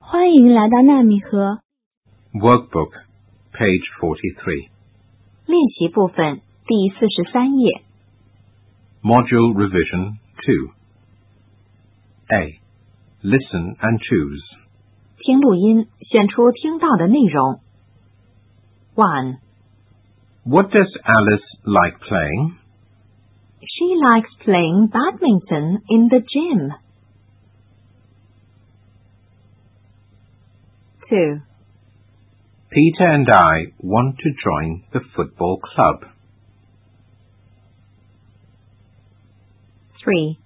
欢迎来到纳米河 Workbook, page 43. 练习部分第四十三页 Module Revision 2. A. Listen and choose. 听录音，选出听到的内容。One, What does Alice like playing? she likes playing badminton in the gym. Two, Peter and I want to join the football club. three.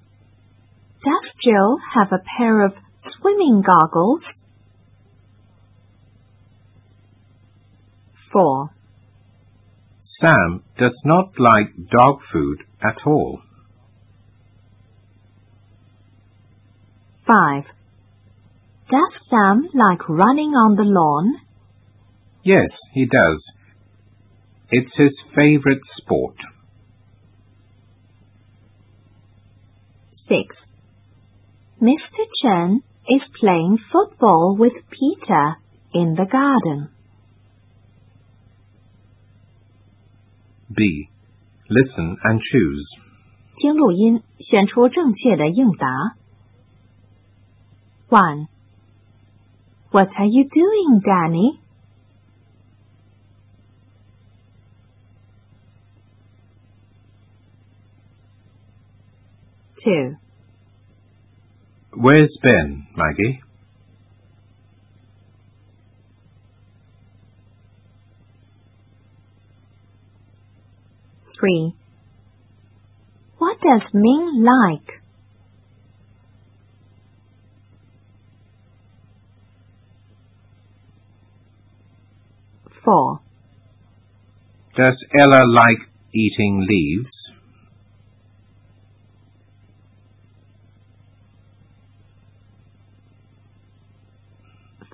Does Jill have a pair of swimming goggles? Four. Sam does not like dog food at all. Five. Does Sam like running on the lawn? Yes, he does. It's his favorite sport. Six. Mr. Chen is playing football with Peter in the garden. B. Listen and choose. 听录音，选出正确的应答。One. What are you doing, Danny? Two. Where's Ben, Maggie? Three. What does Ming like? Four. Does Ella like eating leaves?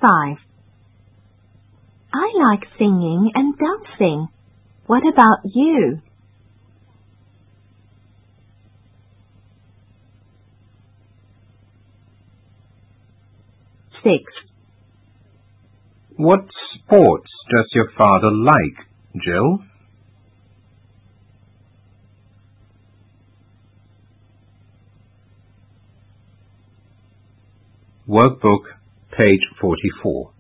Five. I like singing and dancing. What about you? Six. What sports does your father like, Jill? Workbook, page 44.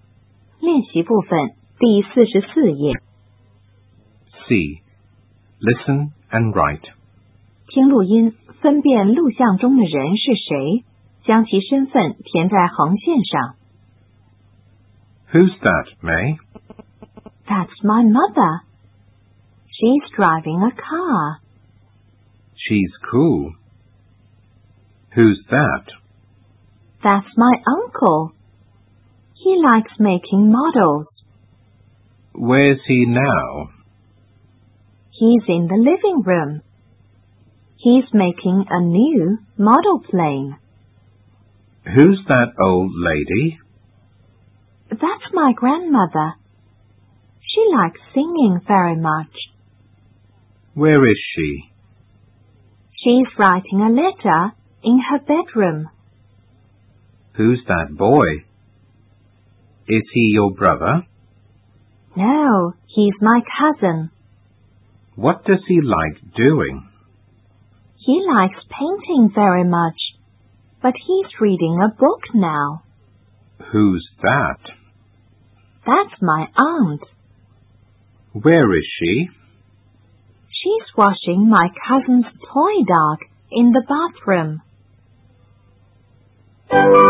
练习部分第四十四页， C. Listen and write. 听录音，分辨录像中的人是谁，将其身份填在横线上。 Who's that, May? That's my mother. She's driving a car. She's cool. Who's that? That's my uncle. He likes making models. Where's he now? He's in the living room. He's making a new model plane. Who's that old lady? That's my grandmother. She likes singing very much. Where is she? She's writing a letter in her bedroom. Who's that boy? Is he your brother? No, he's my cousin. What does he like doing? He likes painting very much. But he's reading a book now. Who's that? That's my aunt. Where is she? She's washing my cousin's toy dog in the bathroom.